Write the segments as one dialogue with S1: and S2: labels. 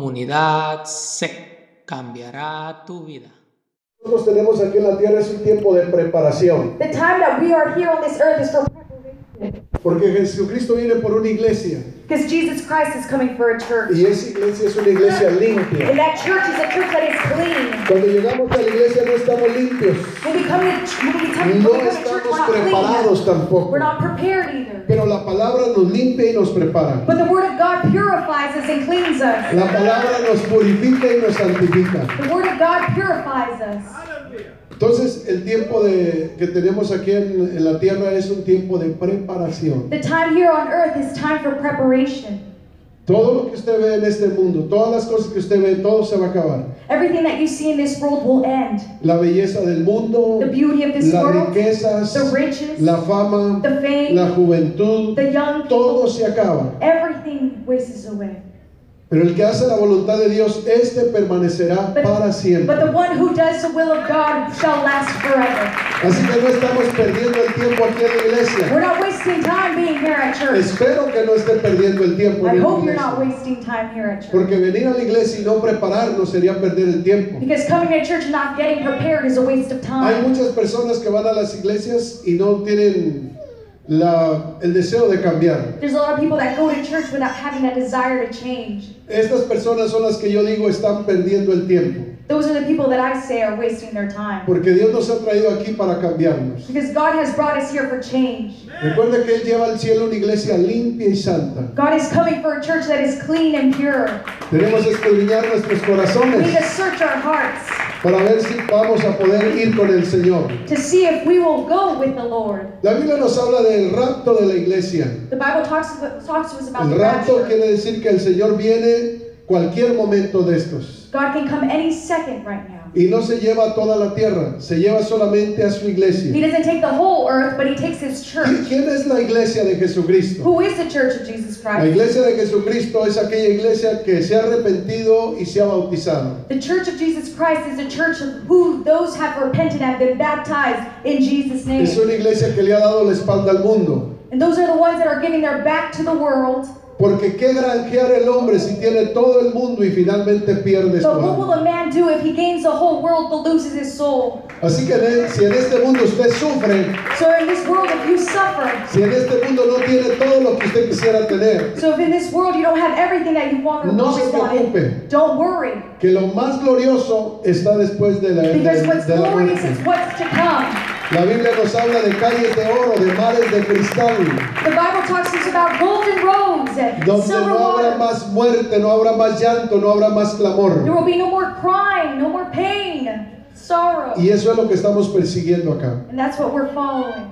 S1: Comunidad C cambiará tu vida.
S2: Nosotros tenemos aquí en la tierra es un tiempo de preparación,
S3: The time that we are here on this earth is for preparation.
S2: porque Jesucristo viene por una iglesia
S3: Because Jesus Christ is coming for a church.
S2: y esa iglesia es una iglesia limpia.
S3: And that church is a church that is clean.
S2: Cuando llegamos a la iglesia no estamos limpios,
S3: When we come to, when we come,
S2: no
S3: when we come to church, we're
S2: estamos
S3: not
S2: preparados
S3: clean.
S2: tampoco,
S3: We're not prepared either.
S2: pero la palabra nos limpia y nos prepara.
S3: But the Word of God purifies us and cleans us.
S2: La palabra nos purifica y nos santifica.
S3: The Word of God purifies us.
S2: Entonces el tiempo de- que tenemos aquí en, en la tierra es un tiempo de preparación.
S3: The time here on earth is time for preparation.
S2: Todo lo que usted ve en este mundo, todas las cosas que usted ve, todo se va a acabar.
S3: Everything that you see in this world will end.
S2: La belleza del mundo,
S3: The beauty of this
S2: las
S3: world,
S2: riquezas,
S3: the riches,
S2: la fama,
S3: the fame,
S2: la juventud,
S3: the young
S2: todo
S3: people,
S2: se acaba.
S3: everything wastes away.
S2: Pero el que hace la voluntad de Dios, este permanecerá
S3: But,
S2: para siempre.
S3: but the one who does the will of God shall last forever.
S2: Así que no estamos perdiendo el tiempo aquí en la iglesia.
S3: We're not wasting time being here at church.
S2: Espero que no esté perdiendo el tiempo.
S3: I
S2: en la
S3: hope you're
S2: iglesia.
S3: not wasting time here at church.
S2: Porque venir a la iglesia y no prepararnos sería perder el tiempo.
S3: Because coming to church and not getting prepared is a waste of
S2: Hay
S3: time.
S2: muchas personas que van a las iglesias y no tienen la- el deseo de cambiar.
S3: There's a lot of people that go to church without having that desire to change.
S2: Estas personas son las que yo digo están perdiendo el tiempo.
S3: Those are the people that I say are wasting their time.
S2: Porque Dios nos ha traído aquí para cambiarnos.
S3: Because God has brought us here for change.
S2: Recuerda que Él lleva al cielo una iglesia limpia y santa.
S3: God is coming for a church that is clean and pure.
S2: Tenemos que escudriñar nuestros
S3: We need
S2: corazones
S3: to search our hearts
S2: para ver si vamos a poder ir con el Señor.
S3: to see if we will go with the Lord.
S2: La Biblia nos habla del rapto de la iglesia.
S3: The Bible talks, talks to us about
S2: El
S3: the
S2: rapto
S3: rapture.
S2: quiere decir que el Señor viene cualquier momento de estos.
S3: God can come any second right now.
S2: Y no se lleva a toda la tierra, se lleva solamente a su
S3: He
S2: iglesia.
S3: doesn't take the whole earth, but he takes his
S2: ¿Y
S3: church.
S2: quién es la iglesia de Jesucristo?
S3: Who is the church of Jesus
S2: La
S3: Christ?
S2: iglesia de Jesucristo es aquella iglesia que se ha arrepentido y se ha bautizado.
S3: The church of Jesus Christ is a church of who those have repented have been baptized in Jesus'
S2: Es
S3: name.
S2: una iglesia que le ha dado la espalda al mundo.
S3: And those are the ones that are giving their back to the world.
S2: Porque qué granjear el hombre si tiene todo el mundo y finalmente pierde su
S3: But what will
S2: alma.
S3: a man do if he gains the whole world but loses his soul?
S2: Así que en el- si en este mundo usted sufre,
S3: So in this world, if you suffer,
S2: si en este mundo no tiene todo lo que usted quisiera tener,
S3: so if in this world you don't have everything that you want or
S2: No se
S3: always
S2: preocupe.
S3: wanted, don't worry.
S2: que lo más glorioso está después de la, de-
S3: Because what's
S2: de la
S3: glorious
S2: muerte.
S3: is what's to come.
S2: La Biblia nos habla de calles de oro, de mares de cristal,
S3: The Bible talks to us about golden roads and
S2: donde
S3: silver
S2: no habrá
S3: water.
S2: más muerte, no habrá más llanto, no habrá más
S3: There
S2: clamor.
S3: will be no more crying, no more pain, sorrow.
S2: Y eso es lo que estamos persiguiendo acá.
S3: And that's what we're following.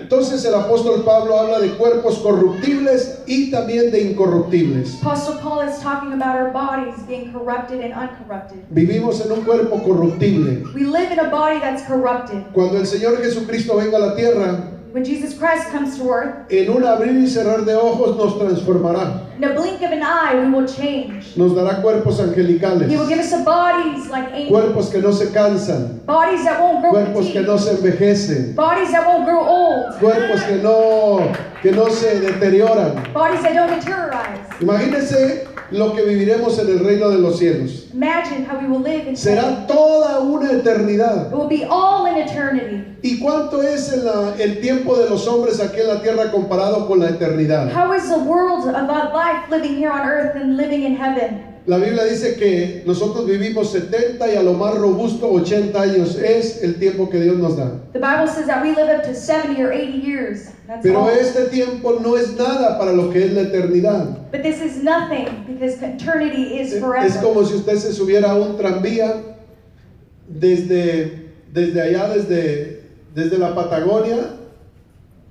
S2: Entonces el apóstol Pablo habla de cuerpos corruptibles y también de incorruptibles.
S3: Apostle Paul is talking about our bodies being corrupted and uncorrupted.
S2: Vivimos en un cuerpo corruptible.
S3: We live in a body that's corrupted.
S2: Cuando el Señor Jesucristo venga a la tierra,
S3: When Jesus Christ comes to earth,
S2: en un abrir y cerrar de ojos nos transformará.
S3: in a blink of an eye, we will change.
S2: Nos dará cuerpos angelicales,
S3: He will give us a bodies like angels,
S2: cuerpos que no se cansan,
S3: bodies that won't grow
S2: cuerpos que
S3: fatigued,
S2: no se envejecen,
S3: bodies that won't grow old,
S2: cuerpos que no, que no se deterioran.
S3: bodies that don't deteriorate.
S2: Imagínense lo que viviremos en el reino de los cielos.
S3: Imagine how we will live in heaven.
S2: Será toda una eternidad.
S3: It will be all in eternity.
S2: ¿Y cuánto es en la- el tiempo de los hombres aquí en la tierra comparado con la eternidad?
S3: How is the world of our life living here on earth and living in heaven?
S2: La Biblia dice que nosotros vivimos 70 y a lo más robusto 80 años es el tiempo que Dios nos da.
S3: The Bible says that we live up to 70 or 80 years. That's all.
S2: Pero este tiempo no es nada para lo que es la eternidad.
S3: But this is nothing because eternity is
S2: Es
S3: forever.
S2: como si usted se subiera a un tranvía desde, desde allá, desde, desde la Patagonia,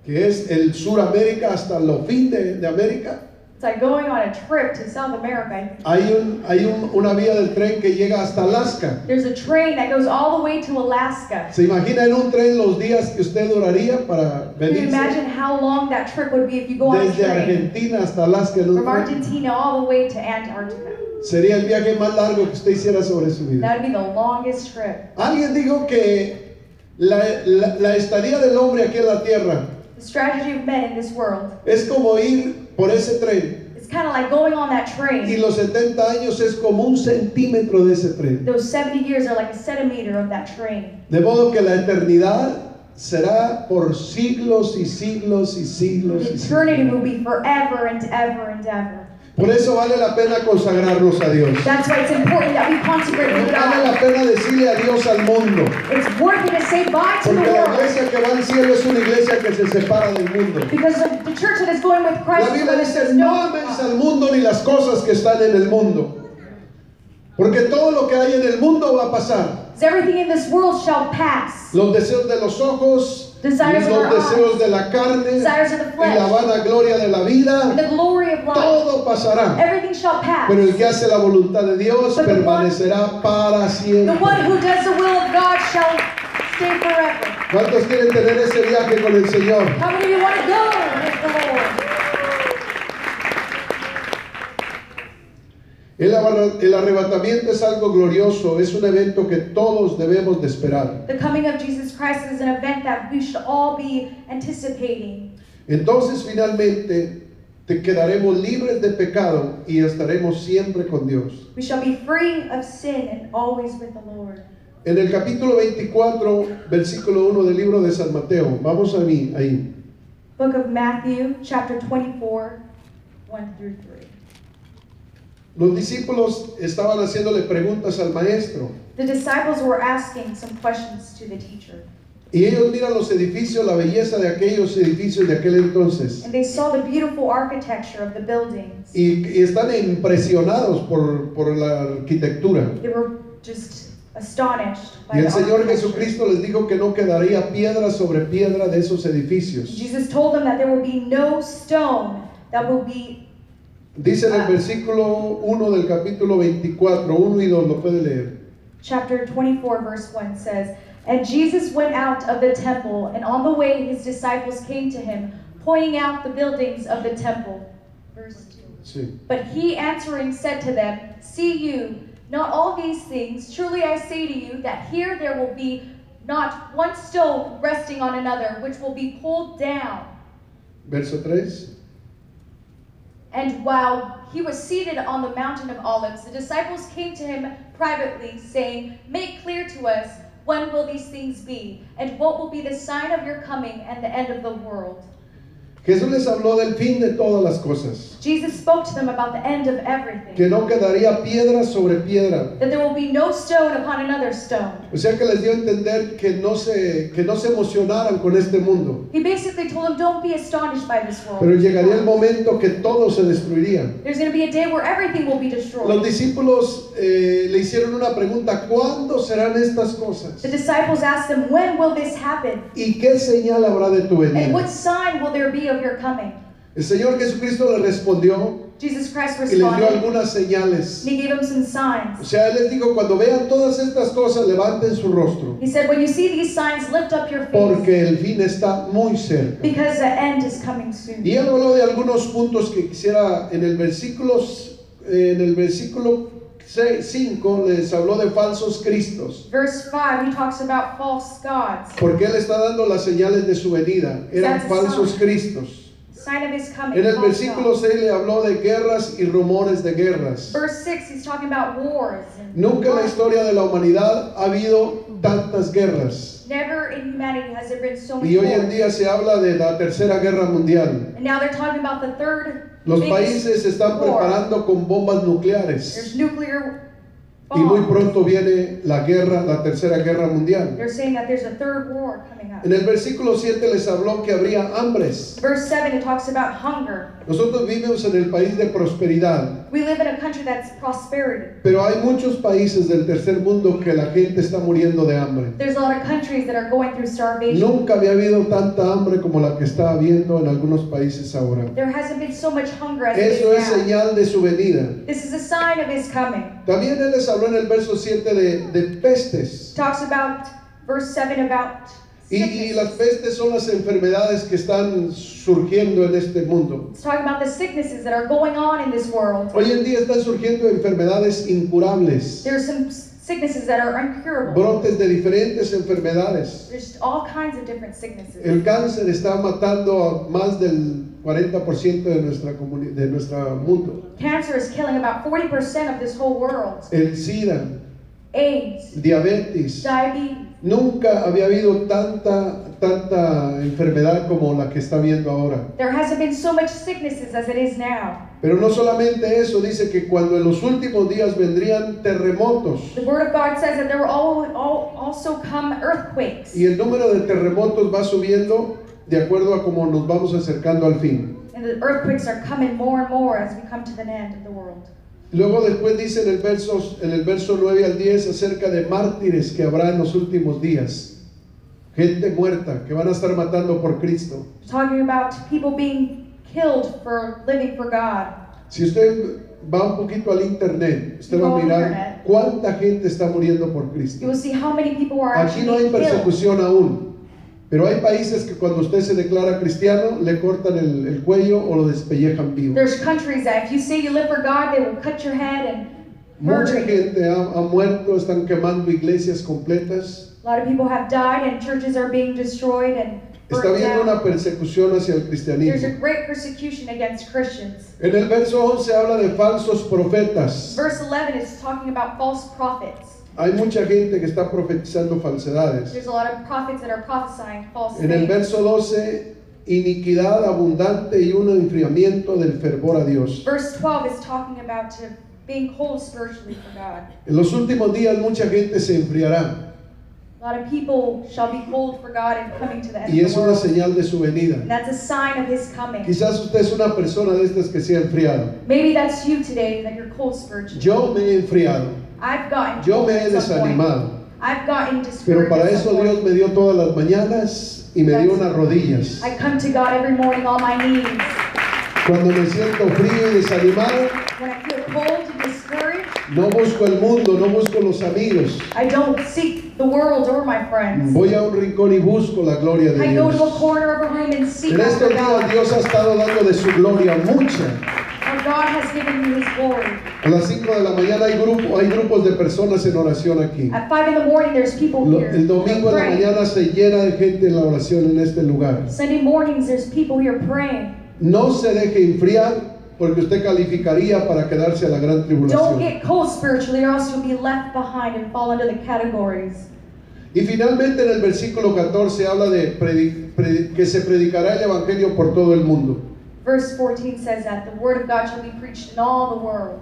S2: que es el Suramérica hasta los fin de, de América.
S3: It's like going on a trip to South America.
S2: Hay, un, hay un- una vía del tren que llega hasta Alaska.
S3: There's a train that goes all the way to Alaska.
S2: ¿Se imagina en un tren los días que usted duraría para
S3: Can you
S2: venir
S3: imagine how long that trip would be if you go on a
S2: desde
S3: train
S2: Argentina hasta Alaska? en un
S3: from
S2: tren?
S3: Argentina all the way to Antarctica?
S2: Sería el viaje más largo que usted hiciera sobre su vida.
S3: That would be the longest trip.
S2: Alguien dijo que la- la- la estadía del hombre aquí en la Tierra
S3: The strategy of men in this world
S2: Es como ir por ese tren
S3: is It's kind of like going on that
S2: Y
S3: train.
S2: los 70 años es como un centímetro de ese tren.
S3: Those 70 years are like a centimeter of that train.
S2: De modo que la eternidad será por siglos y siglos y siglos y
S3: Eternity
S2: siglos.
S3: will be forever and ever and ever.
S2: Por eso vale la pena consagrarnos a Dios.
S3: That's why it's important that we consecrate to
S2: Vale
S3: God.
S2: la pena decirle adiós al mundo.
S3: It's worth it to say bye to the
S2: Porque la
S3: world.
S2: iglesia que va al cielo es una iglesia que se separa del mundo.
S3: Because the the church that is going with
S2: La
S3: Christ is
S2: Biblia
S3: going to
S2: dice,
S3: say
S2: no
S3: no. to
S2: ames
S3: God.
S2: al mundo ni las cosas que están en el mundo. Porque todo lo que hay en el mundo va a pasar.
S3: 'Cause Everything in this world shall pass.
S2: Los deseos de los ojos, los
S3: Desires of our
S2: deseos de la carne y
S3: Desires of the flesh.
S2: la vanagloria de la vida,
S3: The glory of life.
S2: todo pasará.
S3: Everything shall pass.
S2: Pero el que hace la voluntad de Dios
S3: But the one-
S2: permanecerá para
S3: The
S2: siempre.
S3: one who does the will of God shall stay forever.
S2: ¿Cuántos quieren tener ese viaje con el Señor?
S3: How many of you want to go with the Lord?
S2: El abar- el arrebatamiento es algo glorioso, es un evento que todos debemos de esperar.
S3: The coming of Jesus Christ is an event that we should all be anticipating.
S2: Entonces finalmente te quedaremos libres de pecado y estaremos siempre con Dios.
S3: We shall be free of sin and always with the Lord.
S2: En el capítulo 24, versículo 1 del libro de San Mateo, vamos a mí ahí.
S3: Book of Matthew, chapter 24, 1 through 3.
S2: Los discípulos estaban haciéndole preguntas al maestro
S3: The disciples were asking some questions to the teacher,
S2: y ellos miran los edificios, la belleza de aquellos edificios de aquel entonces
S3: and they saw the beautiful architecture of the buildings.
S2: y, y están impresionados por, por la arquitectura.
S3: They were just astonished
S2: Y
S3: by
S2: el
S3: the
S2: Señor
S3: architecture.
S2: Jesucristo les dijo que no quedaría piedra sobre piedra de esos edificios.
S3: Jesus told them that there will be no stone that will be
S2: Dice en el versículo 1 del capítulo 24, 1 y 2, lo puede leer.
S3: chapter 24 verse 1 says and Jesus went out of the temple and on the way his disciples came to him pointing out the buildings of the temple verse 2
S2: Sí.
S3: but he answering said to them see you not all these things truly I say to you that here there will be not one stone resting on another which will be pulled down
S2: Verso 3.
S3: And while he was seated on the mountain of Olives, the disciples came to him privately, saying, Make clear to us when will these things be, and what will be the sign of your coming and the end of the world.
S2: Jesús les habló del fin de todas las cosas,
S3: Jesus spoke to them about the end of
S2: que
S3: everything,
S2: no quedaría piedra sobre piedra.
S3: that there will be no stone upon another stone.
S2: O sea que les dio a entender que no se, que no se emocionaran con este mundo,
S3: He basically told them, Don't be astonished by this
S2: pero
S3: world.
S2: llegaría el momento que todo se destruiría.
S3: There's going to be a day where everything will be
S2: Los
S3: destroyed.
S2: discípulos eh, le hicieron una pregunta, ¿cuándo serán estas cosas?
S3: The disciples asked them, When will this happen?
S2: ¿Y qué señal habrá de tu
S3: And
S2: venida?
S3: what sign will there be of your coming?
S2: El Señor Jesucristo le respondió
S3: Jesus Christ
S2: y les dio
S3: responded,
S2: algunas señales.
S3: And he gave him
S2: O
S3: some signs.
S2: sea, Él les dijo, cuando vean todas estas cosas, levanten su rostro,
S3: He said, When you see these signs, lift up your face
S2: porque el fin está muy cerca.
S3: because the end is coming soon.
S2: Y Él habló de algunos puntos que quisiera en el versículo, eh, en el versículo 5 les habló de falsos cristos,
S3: Verse 5, he talks about false gods,
S2: porque Él está dando las señales de su venida. Eran falsos cristos.
S3: sign of his coming.
S2: En el
S3: false
S2: versículo
S3: gods.
S2: 6 le habló de guerras y rumores de guerras.
S3: Verse 6, he's talking about wars. and-
S2: Nunca en la historia de la humanidad ha habido tantas guerras.
S3: Never in humanity has there been so many
S2: Y hoy en
S3: wars.
S2: día se habla de la Tercera Guerra Mundial.
S3: And now they're talking about the third
S2: Los
S3: biggest
S2: países se están
S3: war.
S2: preparando con bombas
S3: There's
S2: nucleares.
S3: nuclear
S2: Y muy
S3: bombs.
S2: pronto viene la guerra, la Tercera Guerra Mundial.
S3: They're saying that there's a third war coming up.
S2: En el versículo 7 les habló que habría hambres.
S3: Verse 7, it talks about hunger.
S2: Nosotros vivimos en el país de prosperidad,
S3: We live in a country that's prosperity.
S2: pero hay muchos países del tercer mundo que la gente está muriendo de hambre.
S3: There's a lot of countries that are going through starvation.
S2: Nunca había habido tanta hambre como la que está habiendo en algunos países ahora.
S3: There hasn't been so much hunger as
S2: Eso
S3: there
S2: es
S3: is now.
S2: señal de su venida.
S3: This is a sign of his coming.
S2: También él les habló en el verso 7 de, de pestes.
S3: Talks about verse 7 about
S2: Y,
S3: sickness.
S2: y las pestes son las enfermedades que están surgiendo en este mundo.
S3: It's talking about the sicknesses that are going on in this world.
S2: Hoy en día están surgiendo enfermedades incurables.
S3: There's some s- sicknesses that are incurable.
S2: brotes de diferentes enfermedades.
S3: There's just all kinds of different sicknesses.
S2: El cáncer está matando a más del 40% de, nuestra comuni- de nuestro mundo.
S3: Cancer is killing about 40% of this whole world.
S2: El SIDA,
S3: AIDS,
S2: diabetes.
S3: diabetes.
S2: Nunca había habido tanta, tanta enfermedad como la que está viendo ahora.
S3: There hasn't been so much sicknesses as it is now.
S2: Pero no solamente eso, dice que cuando en los últimos días vendrían terremotos.
S3: The Word of God says that there will all, all, also come earthquakes.
S2: Y el número de terremotos va subiendo de acuerdo a cómo nos vamos acercando al fin.
S3: And the earthquakes are coming more and more as we come to the end of the world.
S2: Luego después dice en el, verso, en el verso 9 al 10 acerca de mártires que habrá en los últimos días. Gente muerta que van a estar matando por Cristo.
S3: Talking about people being killed for living for God.
S2: Si usted va un poquito al internet, usted va a mirar cuánta gente está muriendo por
S3: You
S2: Cristo.
S3: will see how many people are
S2: Aquí
S3: actually
S2: no hay
S3: killed.
S2: persecución aún. Pero hay países que cuando usted se declara cristiano le cortan el, el cuello o lo despellejan vivo.
S3: There's countries that if you say you live for God, they will cut your head and
S2: Mucha
S3: murder you.
S2: gente ha, ha muerto, están quemando iglesias completas.
S3: A lot of people have died and churches are being destroyed and
S2: Está
S3: burnt
S2: habiendo
S3: down.
S2: una persecución hacia el
S3: There's a
S2: cristianismo.
S3: great persecution against Christians.
S2: En el verso 11 habla de falsos profetas.
S3: Verse 11 is talking about false prophets.
S2: Hay mucha gente que está profetizando falsedades.
S3: There's a lot of prophets that are prophesying false
S2: En el
S3: things.
S2: verso 12, iniquidad abundante y un enfriamiento del fervor a Dios.
S3: Verse 12 is talking about to being cold spiritually for God.
S2: En los últimos días mucha gente se enfriará
S3: A lot of people shall be cold for God and coming to the end
S2: y
S3: of
S2: es
S3: the
S2: una
S3: world.
S2: señal de su venida.
S3: And that's a sign of His coming.
S2: Quizás usted es una persona de estas que se ha enfriado.
S3: Maybe that's you today that you're cold spiritually.
S2: Yo me he enfriado,
S3: I've gotten
S2: yo
S3: cold
S2: me he
S3: at some point.
S2: desanimado,
S3: I've gotten
S2: pero
S3: discouraged.
S2: para
S3: at
S2: eso
S3: some
S2: Dios
S3: point.
S2: me dio todas las mañanas y me dio unas rodillas.
S3: I come to God every morning on my knees.
S2: Cuando me siento frío y desanimado,
S3: When I feel cold and discouraged,
S2: No busco el mundo, no busco los amigos.
S3: I don't seek the world or my friends.
S2: Voy a un rincón y busco la gloria de
S3: I go to a
S2: Dios.
S3: corner of a room and seek
S2: En estos
S3: after God.
S2: días Dios ha estado dando de su gloria mucha.
S3: For God has given me His glory.
S2: A las 5 de la mañana hay, grupo, hay grupos de personas en oración aquí.
S3: At five in the morning, there's people
S2: Lo-
S3: here.
S2: el domingo en la
S3: praying.
S2: mañana se llena de gente en la oración en este lugar.
S3: Sunday mornings, there's people here praying.
S2: No se deje enfriar porque usted calificaría para quedarse a la gran
S3: Don't
S2: tribulación.
S3: get cold spiritually, or else you'll be left behind and fall under the categories.
S2: Y finalmente en el versículo 14 habla de predi- predi- que se predicará el Evangelio por todo el mundo.
S3: Verse 14 says that the word of God shall be preached in all the world.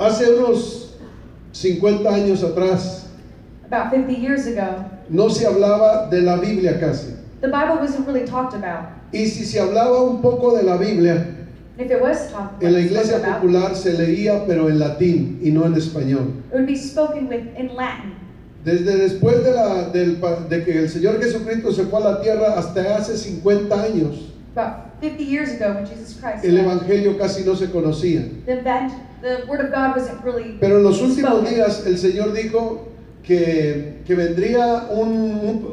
S2: Hace unos 50 años atrás
S3: About 50 years ago,
S2: no se hablaba de la Biblia casi.
S3: the Bible wasn't really talked about.
S2: Y si se hablaba un poco de la Biblia,
S3: And if it was talked
S2: en la
S3: spoken
S2: iglesia
S3: about,
S2: popular se leía pero en latín y no en español.
S3: it would be spoken with in Latin.
S2: Desde después de, la- del pa- de que el Señor Jesucristo se fue a la tierra hasta hace 50 años,
S3: About 50 years ago, when Jesus Christ
S2: el
S3: left,
S2: Evangelio casi no se conocía.
S3: the, event, the word of God wasn't really
S2: Pero en los últimos
S3: spoken.
S2: días el Señor dijo que, que vendría un,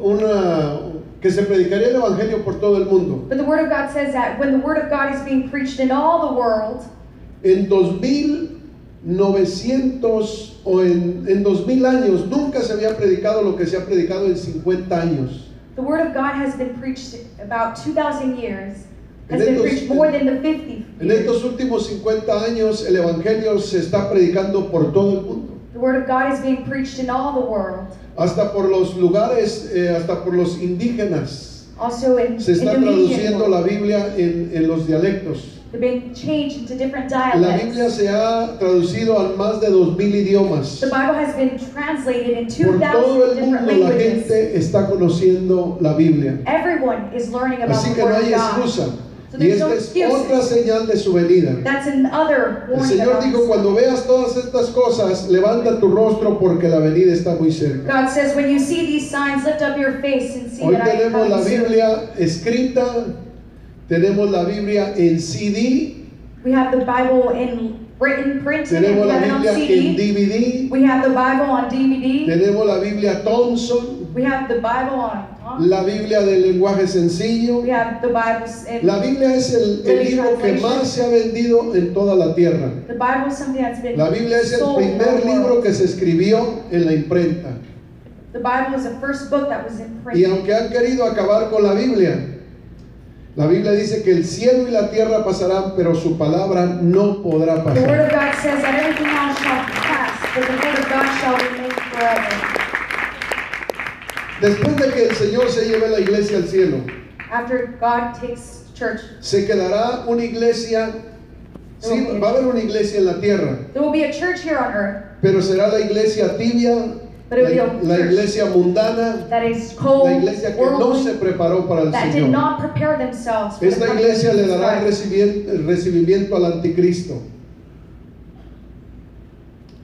S2: un- una, que se predicaría el Evangelio por todo el mundo.
S3: But the Word of God says that when the Word of God is being preached in all the world,
S2: En 2900 o en, en 2000 años nunca se había predicado lo que se ha predicado en 50 años.
S3: the Word of God has been preached about 2,000 years,
S2: En
S3: has been
S2: estos-
S3: preached more than the 50.
S2: En estos últimos 50 años el Evangelio se está predicando por todo el mundo,
S3: The Word of God is being preached in all the world,
S2: hasta por los lugares, eh, hasta por los indígenas.
S3: also in
S2: Se está
S3: Indonesian.
S2: traduciendo la
S3: world.
S2: Biblia en, en los dialectos.
S3: They're being changed into different
S2: La Biblia
S3: dialects.
S2: se ha traducido a más de 2.000 idiomas.
S3: The Bible has been translated in
S2: Por todo
S3: 2,000
S2: el
S3: different
S2: mundo la
S3: languages.
S2: gente está conociendo la Biblia.
S3: Everyone is learning about
S2: Así
S3: the
S2: que no
S3: Word of
S2: hay
S3: God.
S2: excusa.
S3: So
S2: Y
S3: there's
S2: esta
S3: no
S2: es otra
S3: excuses.
S2: señal de su venida.
S3: That's another
S2: El
S3: warning
S2: Señor
S3: about
S2: dijo, cuando veas todas estas cosas, levanta tu rostro porque la venida está muy cerca.
S3: God says, when you see these signs, lift up your face and see
S2: Hoy
S3: that I am
S2: tenemos
S3: coming
S2: la
S3: soon."
S2: Biblia escrita, tenemos la Biblia en CD,
S3: We have the Bible in written, printed, and
S2: tenemos la
S3: given on
S2: Biblia
S3: CD.
S2: en DVD,
S3: We have the Bible on DVD.
S2: tenemos la Biblia Thompson,
S3: We have the Bible on huh?
S2: la Biblia del lenguaje sencillo.
S3: We have the Bibles. And
S2: La Biblia es el, el libro que más se ha vendido en toda la tierra.
S3: the Bible is something that's been
S2: La Biblia es el
S3: sold in the
S2: primer libro
S3: world.
S2: que se escribió en la imprenta.
S3: The Bible is the first book that was in print.
S2: Y aunque han querido acabar con la Biblia, la Biblia dice que el cielo y la tierra pasarán, pero su palabra no podrá
S3: The Word
S2: pasar.
S3: of God says that everything else shall pass, but the Word of God shall remain forever.
S2: Después de que el Señor se lleve la iglesia al cielo,
S3: After God takes church,
S2: se quedará una iglesia, sí, va a haber una iglesia en la tierra,
S3: there will be a church here on earth
S2: pero será la iglesia tibia, la, la iglesia mundana,
S3: that is
S2: la
S3: cold,
S2: iglesia que no se
S3: worldly,
S2: preparó para el
S3: that did
S2: Señor.
S3: not prepare themselves. For the
S2: Esta
S3: coming of
S2: iglesia le
S3: Jesus
S2: dará el
S3: Christ.
S2: recibien- el recibimiento al anticristo.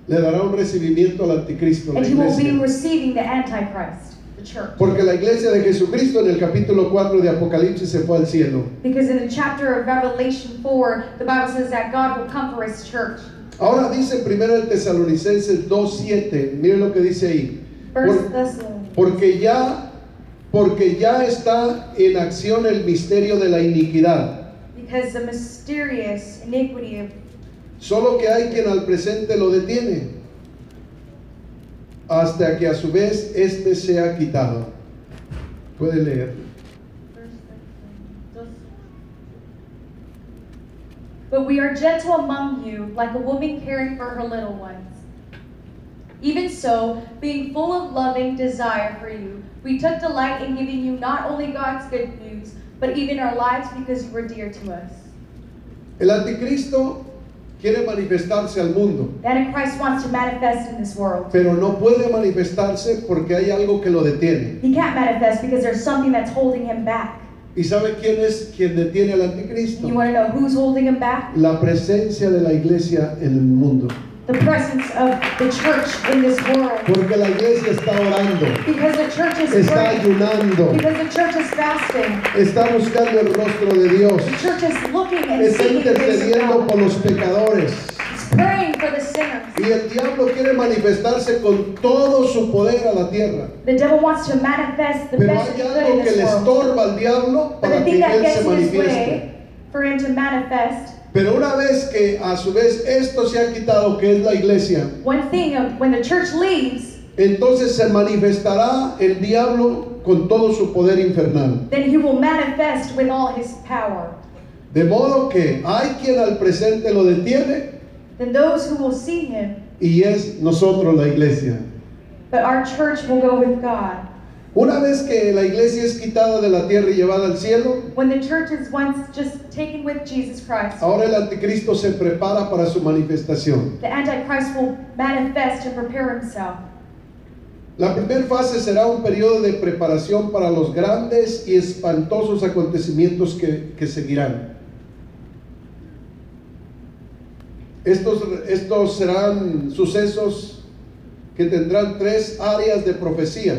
S2: Le dará un recibimiento al anticristo. La
S3: And you will be
S2: iglesia.
S3: receiving the Antichrist, the church.
S2: Porque la iglesia de Jesucristo en el capítulo 4 de Apocalipsis se fue al cielo.
S3: Because in the chapter of Revelation 4, the Bible says that God will come for his church.
S2: Ahora dice primero el Tesalonicenses 2.7. Miren lo que dice ahí.
S3: First
S2: Por-
S3: Thessalonians.
S2: porque ya, porque ya está en acción el misterio de la iniquidad.
S3: Because the mysterious iniquity of
S2: Solo que hay quien al presente lo detiene, hasta que a su vez éste sea quitado. Puede leer.
S3: But we are gentle among you, like a woman caring for her little ones. Even so, being full of loving desire for you, we took delight in giving you not only God's good news, but even our lives because you were dear to us.
S2: El anticristo quiere manifestarse al mundo,
S3: The Antichrist wants to manifest in this world.
S2: pero no puede manifestarse porque hay algo que lo detiene.
S3: He can't manifest because there's something that's holding him back.
S2: ¿Y sabe quién es quien detiene al
S3: And
S2: anticristo?
S3: You want to know who's holding him back?
S2: La presencia de la iglesia en el mundo.
S3: The presence of the church in this world.
S2: Porque la iglesia está orando,
S3: Because the church is
S2: está
S3: praying.
S2: ayunando,
S3: Because the church is fasting.
S2: está buscando el rostro de Dios.
S3: The church is looking and
S2: está
S3: seeking the face of
S2: intercediendo por
S3: God.
S2: los pecadores.
S3: It's praying for the sinners.
S2: Y el diablo quiere manifestarse con todo su poder a la tierra.
S3: The devil wants to manifest the
S2: Pero
S3: best
S2: hay
S3: of good
S2: algo
S3: in
S2: que le
S3: this world.
S2: estorba al diablo
S3: But
S2: para
S3: the
S2: que
S3: thing that
S2: él se
S3: gets in his
S2: manifieste.
S3: way for him to manifest,
S2: Pero una vez que a su vez esto se ha quitado, que es la iglesia,
S3: one thing of when the church leaves,
S2: entonces se manifestará el diablo con todo su poder infernal.
S3: then he will manifest with all his power.
S2: De modo que hay quien al presente lo detiene
S3: Then those who will see him,
S2: y es nosotros la iglesia.
S3: but our church will go with God.
S2: Una vez que la iglesia es quitada de la tierra y llevada al cielo,
S3: When the church is once just taken with Jesus Christ,
S2: Ahora el anticristo se prepara para su manifestación.
S3: the Antichrist will manifest and prepare himself.
S2: La primera fase será un periodo de preparación para los grandes y espantosos acontecimientos que, que seguirán. Estos, estos serán sucesos que tendrán tres áreas de profecía.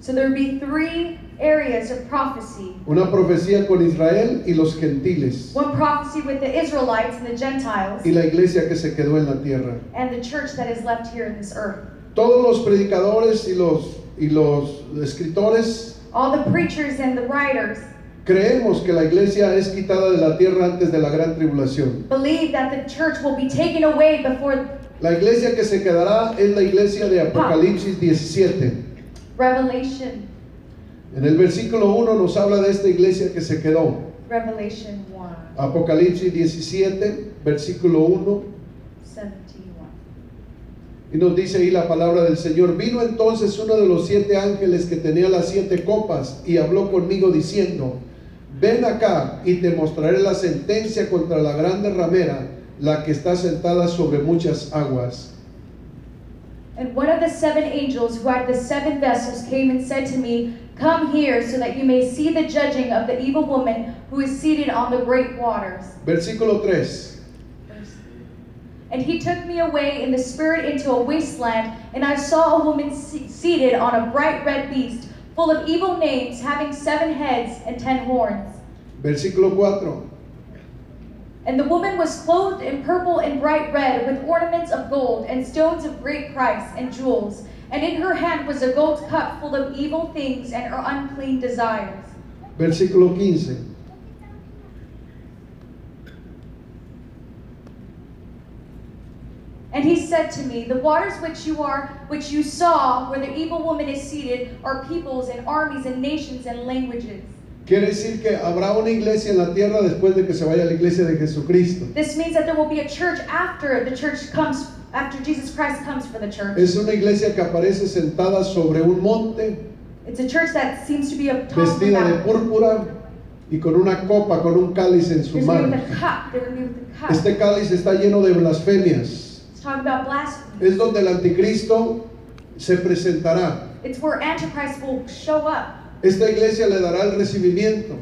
S3: So there would be three areas of prophecy
S2: Una profecía con Israel y los gentiles
S3: one prophecy with the Israelites and the Gentiles,
S2: y la iglesia que se quedó en la tierra.
S3: and the church that is left here in this earth.
S2: Todos los predicadores y los, y los escritores
S3: All the preachers and the writers
S2: Creemos que la iglesia es quitada de la tierra antes de la gran tribulación.
S3: believe that the church will be taken away before
S2: La iglesia que se quedará es la iglesia de Apocalipsis 17.
S3: Revelation,
S2: En el versículo 1 nos habla de esta iglesia que se quedó.
S3: Revelation 1,
S2: Apocalipsis 17, versículo 1,
S3: 71.
S2: y nos dice ahí la palabra del Señor. Vino entonces uno de los siete ángeles que tenía las siete copas y habló conmigo diciendo, ven acá y te mostraré la sentencia contra la grande ramera, la que está sentada sobre muchas aguas.
S3: And one of the seven angels who had the seven vessels came and said to me, Come here so that you may see the judging of the evil woman who is seated on the great waters.
S2: Versículo 3.
S3: And he took me away in the spirit into a wasteland, and I saw a woman se- seated on a bright red beast, full of evil names, having seven heads and ten horns.
S2: Versículo 4.
S3: And the woman was clothed in purple and bright red, with ornaments of gold, and stones of great price, and jewels. And in her hand was a gold cup full of evil things and her unclean desires.
S2: Versículo 15.
S3: And he said to me, The waters which you are, which you saw, where the evil woman is seated, are peoples and armies and nations and languages.
S2: Quiere decir que habrá una iglesia en la tierra después de que se vaya la iglesia de Jesucristo.
S3: This means that there will be a church after the church comes, after Jesus Christ comes for the church.
S2: Es una iglesia que aparece sentada sobre un monte,
S3: It's a church that seems to be a top of the
S2: vestida de
S3: mountain.
S2: púrpura y con una copa, con un cáliz en su
S3: There's going
S2: mano.
S3: to be the cup. They're going to be with the cup.
S2: Este cáliz está lleno de blasfemias.
S3: It's talking about blasphemy.
S2: Es donde el anticristo se presentará.
S3: It's where Antichrist will show up.
S2: Esta iglesia le dará el recibimiento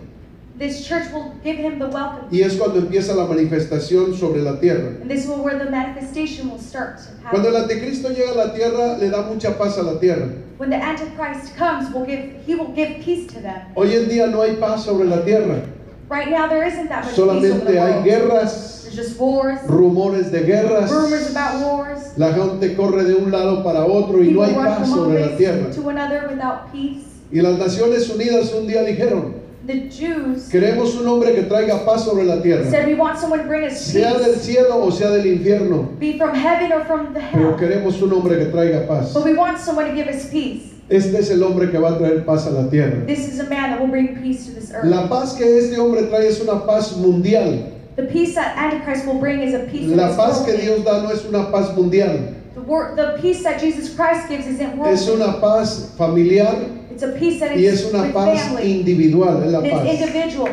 S3: This church will give him the welcome.
S2: y es cuando empieza la manifestación sobre la tierra.
S3: And this is where the manifestation will start to
S2: Cuando el
S3: happen.
S2: anticristo llega a la tierra, le da mucha paz a la tierra.
S3: When the Antichrist comes, will give he will give peace to them.
S2: Hoy en día no hay paz sobre la tierra,
S3: Right now there isn't that much peace over the
S2: solamente hay
S3: world.
S2: guerras,
S3: There's just wars,
S2: rumores de guerras.
S3: rumors about wars.
S2: La gente corre de un lado para otro y no
S3: People
S2: hay
S3: run
S2: paz
S3: from one
S2: sobre la tierra.
S3: place to another without peace.
S2: Y las Naciones Unidas un día dijeron,
S3: The Jews
S2: queremos un hombre que traiga paz sobre la tierra,
S3: said, "We want someone to bring us
S2: sea del
S3: peace,
S2: cielo o sea del infierno,
S3: be from heaven or from the
S2: pero
S3: hell,
S2: queremos un hombre que traiga paz.
S3: but we want someone to give us peace."
S2: Este es el hombre que va a traer paz a la tierra.
S3: This is a man that will bring peace to this earth.
S2: La paz que este hombre trae es una paz mundial.
S3: The peace that Antichrist will bring is a peace. of
S2: La
S3: this
S2: paz que
S3: world.
S2: Dios da no es una paz mundial,
S3: The, wor- the peace that Jesus Christ gives isn't worldly.
S2: es una paz familiar
S3: It's a peace that
S2: y
S3: is
S2: es una
S3: with
S2: paz
S3: family.
S2: individual, es la
S3: and It's
S2: paz.
S3: individual.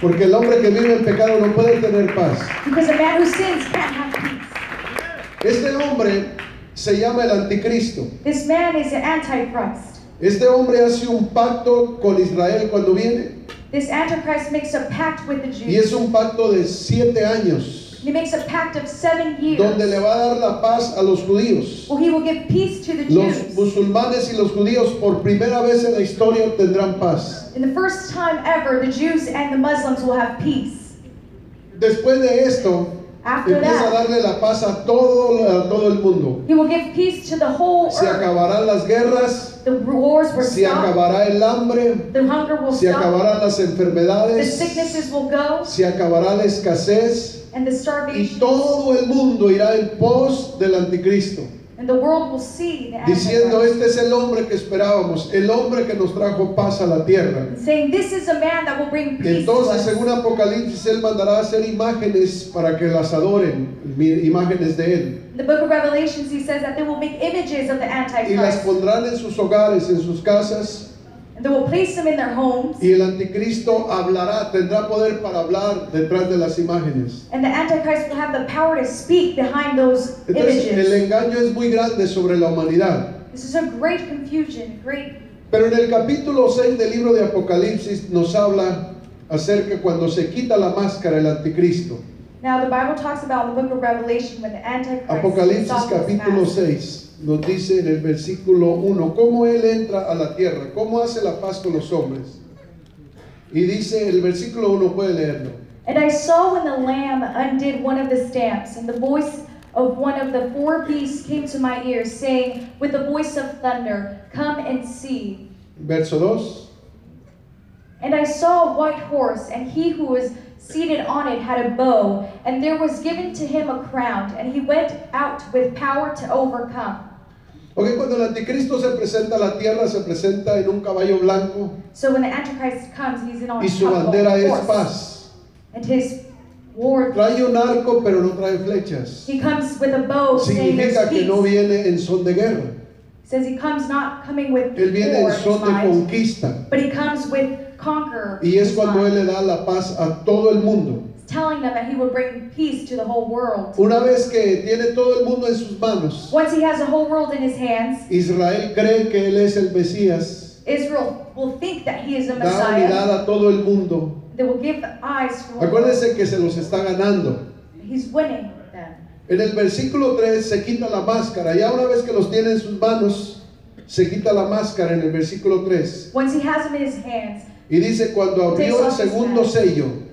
S2: Porque el hombre que vive en pecado no puede tener paz.
S3: Because a man who sins can't have
S2: Este hombre se llama el anticristo.
S3: peace. This man is an antichrist.
S2: Este hombre hace un pacto con Israel cuando viene
S3: This antichrist makes a pact with the
S2: y
S3: Jews.
S2: es un pacto de siete años
S3: He makes a pact of seven years.
S2: donde le va a dar la paz a los judíos.
S3: Well, he will give peace to the
S2: Los
S3: Jews.
S2: musulmanes y los judíos por primera vez en la historia obtendrán paz.
S3: In the first time ever, the Jews and the Muslims will have peace.
S2: Después de esto,
S3: After
S2: empieza a
S3: that,
S2: darle la paz a todo, a todo el mundo.
S3: he will give peace to the whole
S2: Se
S3: earth.
S2: acabarán las guerras,
S3: The wars will
S2: se
S3: stop.
S2: acabará el hambre,
S3: The hunger will
S2: se
S3: stop.
S2: acabarán las
S3: The
S2: enfermedades,
S3: sicknesses will go.
S2: se acabará la escasez.
S3: And the
S2: Y
S3: starvation.
S2: todo el mundo irá en pos del anticristo,
S3: And the world will see the
S2: diciendo,
S3: antichrist.
S2: este es el hombre que esperábamos, el hombre que nos trajo paz a la tierra.
S3: saying this is a man that will bring peace to
S2: Entonces,
S3: us.
S2: según Apocalipsis, él mandará a hacer imágenes para que las adoren, mi- imágenes de él,
S3: In the book of Revelations, he says that they will make images of the
S2: y las
S3: Antichrist.
S2: pondrán en sus hogares, en sus casas,
S3: And they will place them in their homes.
S2: y el anticristo hablará, tendrá poder para hablar detrás de las imágenes.
S3: And the Antichrist will have the power to speak behind those
S2: Entonces, el
S3: images.
S2: engaño es muy grande sobre la humanidad.
S3: This is a great confusion, great.
S2: Pero en el capítulo 6 del libro de Apocalipsis nos habla acerca cuando se quita la máscara el anticristo.
S3: Now the Bible talks about in the book of Revelation when the Antichrist takes
S2: Apocalipsis
S3: off his
S2: capítulo
S3: mask.
S2: 6 nos dice en el versículo 1 cómo él entra a la tierra, cómo hace la paz con los hombres. Y dice el versículo 1 puede leerlo.
S3: And I saw when the Lamb undid one of the stamps, and the voice of one of the four beasts came to my ears, saying, with the voice of thunder, Come and see.
S2: Verso 2.
S3: And I saw a white horse, and he who was seated on it had a bow, and there was given to him a crown, and he went out with power to overcome.
S2: Ok, cuando el anticristo se presenta a la tierra, se presenta en un caballo blanco
S3: So when the Antichrist comes, he's in on
S2: y su
S3: top of
S2: bandera
S3: a
S2: es
S3: horse.
S2: paz.
S3: And his war,
S2: Trae un arco pero no trae flechas.
S3: he comes with a bow,
S2: significa
S3: saying there's
S2: que
S3: peace.
S2: no viene en son de guerra,
S3: says he comes not coming with
S2: él viene en
S3: war in his
S2: son de
S3: mind,
S2: conquista.
S3: but he comes with conquer.
S2: Y
S3: in
S2: es
S3: his
S2: cuando él
S3: mind.
S2: le da la paz a todo el mundo.
S3: He's telling them that he will bring peace to the whole world.
S2: Una vez que tiene todo el mundo en sus manos,
S3: Once he has the whole world in his hands,
S2: Israel cree que él es el Mesías,
S3: Israel will think that he is
S2: da
S3: a Messiah.
S2: unidad a todo el mundo.
S3: They will give eyes for
S2: Acuérdense que se los está ganando.
S3: He's winning them.
S2: En el versículo 3 se quita la máscara, ya una vez que los tiene en sus manos, se quita la máscara en el versículo 3.
S3: Once he has them in his hands,
S2: Y dice, cuando abrió el segundo sello,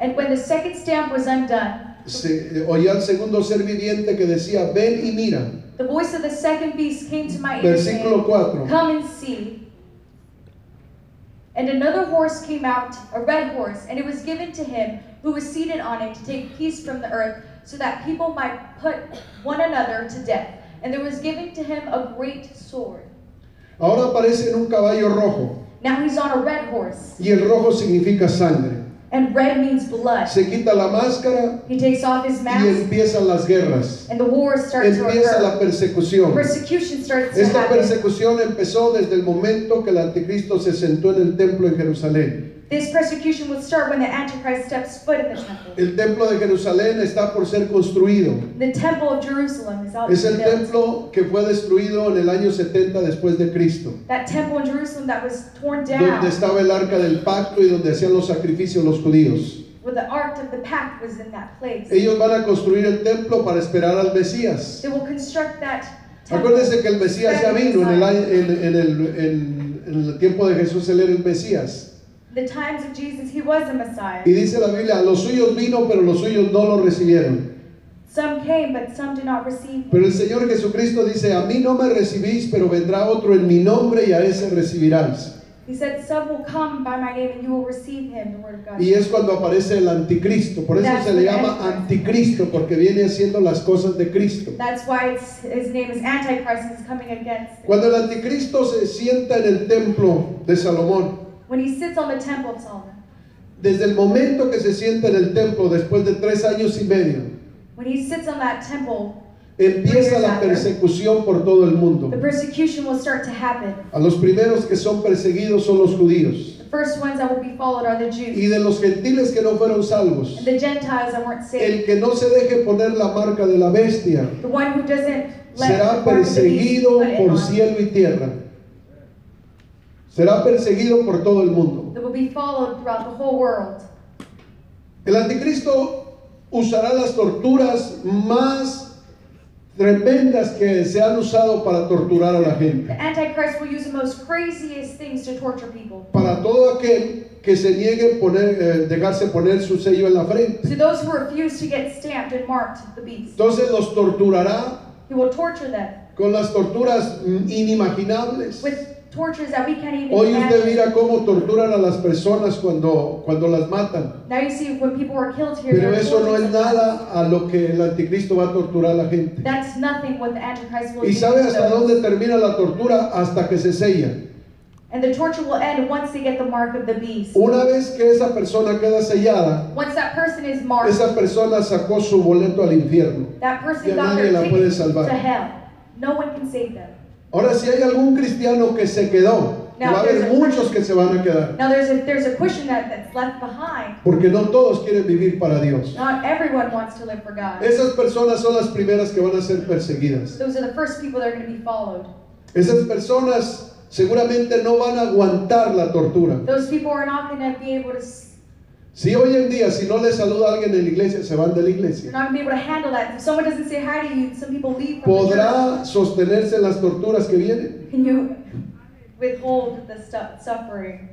S3: and when the second stamp was undone,
S2: se- oí al segundo ser viviente que decía, ven y mira.
S3: The voice of the second beast came to my ear,
S2: Versículo
S3: saying,
S2: 4.
S3: Come and see. And another horse came out, a red horse, and it was given to him who was seated on it to take peace from the earth, so that people might put one another to death. And there was given to him a great sword.
S2: Ahora aparece en un caballo rojo
S3: Now he's on a red horse,
S2: y el rojo significa sangre.
S3: and red means blood.
S2: Se quita la máscara
S3: He takes off his
S2: y
S3: mask,
S2: empiezan las guerras.
S3: and the wars start to
S2: Empieza
S3: occur.
S2: la persecución.
S3: Persecution starts to
S2: Esta
S3: happen.
S2: persecución empezó desde el momento que el anticristo se sentó en el templo en Jerusalén.
S3: This persecution would start when the Antichrist steps foot in the temple.
S2: El templo de Jerusalén está por ser construido.
S3: The temple of Jerusalem is out
S2: Es el
S3: built.
S2: templo que fue destruido en el año 70 después de Cristo,
S3: That temple in Jerusalem that was torn down,
S2: donde estaba el arca del pacto y donde hacían los sacrificios los judíos.
S3: where the ark of the pact was in that place.
S2: Ellos van a construir el templo para esperar al Mesías.
S3: They will construct that temple.
S2: Acuérdense que el Mesías ya vino en el, año- en- en el- en- en el tiempo de Jesús, él era el Mesías.
S3: The times of Jesus, he was the Messiah.
S2: Y dice la Biblia, a los suyos vino, pero los suyos no lo recibieron.
S3: Some came, but some did not receive him.
S2: Pero el Señor Jesucristo dice, a mí no me recibís, pero vendrá otro en mi nombre y a ese recibirás.
S3: He said, Some will come by my name and you will receive him, the word of God.
S2: Y es cuando aparece el anticristo. Por eso se le llama anticristo, porque viene haciendo las cosas de Cristo.
S3: That's why it's, his name is Antichrist, he's coming against. it.
S2: Cuando el anticristo se sienta en el templo de Salomón,
S3: When he sits on the temple throne,
S2: desde el momento que se sienta en el templo, después de tres años y medio,
S3: when he sits on that temple,
S2: empieza la persecución por todo el mundo.
S3: the persecution will start to happen.
S2: A los primeros que son perseguidos son los judíos.
S3: The first ones that will be followed are the Jews.
S2: Y de los gentiles que no fueron salvos,
S3: And the Gentiles that weren't saved,
S2: El que no se deje poner la marca de la bestia
S3: the one who doesn't let
S2: será
S3: the mark of the beast
S2: perseguido
S3: put it
S2: por
S3: on,
S2: cielo y tierra. Será perseguido por todo el mundo.
S3: that will be followed throughout the whole world.
S2: El anticristo usará las torturas más tremendas que se han usado para torturar a la
S3: The
S2: gente.
S3: Antichrist will use the most craziest things to torture people.
S2: Para todo aquel que se niegue a poner, eh, dejarse poner su sello en la frente.
S3: To those who refuse to get stamped and marked the beast,
S2: Entonces los torturará
S3: he will torture them
S2: con las torturas mm, inimaginables.
S3: with tortures that we can't even
S2: Hoy usted
S3: imagine.
S2: mira cómo torturan a las personas cuando, cuando las matan.
S3: Now you see when people are killed here,
S2: Pero
S3: they're
S2: eso no
S3: tortured
S2: es nada a lo que el anticristo va a torturar a la gente.
S3: That's nothing what the Antichrist will
S2: ¿Y
S3: do.
S2: sabe hasta
S3: to those.
S2: dónde termina la tortura? Hasta que se sella.
S3: And the torture will end once they get the mark of the beast.
S2: Una vez que esa persona queda sellada,
S3: Once that person is marked,
S2: esa persona sacó su boleto al infierno.
S3: That person
S2: Ya
S3: got
S2: nadie
S3: their
S2: la puede
S3: ticket
S2: salvar.
S3: to hell. No one can save them.
S2: Ahora, si hay algún cristiano que se quedó, y va a haber muchos que se van a quedar,
S3: Now there's a there's a question that, that's left behind.
S2: porque no todos quieren vivir para Dios.
S3: Not everyone wants to live for God.
S2: Esas personas son las primeras que van a ser perseguidas.
S3: Those are the first people that are going to be followed.
S2: Esas personas seguramente no van a aguantar la tortura.
S3: Those people are not going to be able to. s-
S2: Si hoy en día, si no le saluda a alguien en la iglesia, se van de la
S3: They're
S2: iglesia.
S3: not going to be able to handle that. If someone doesn't say hi to you, some people leave. From the
S2: ¿Podrá sostenerse las torturas que vienen?
S3: church. Can you withhold the stu- suffering?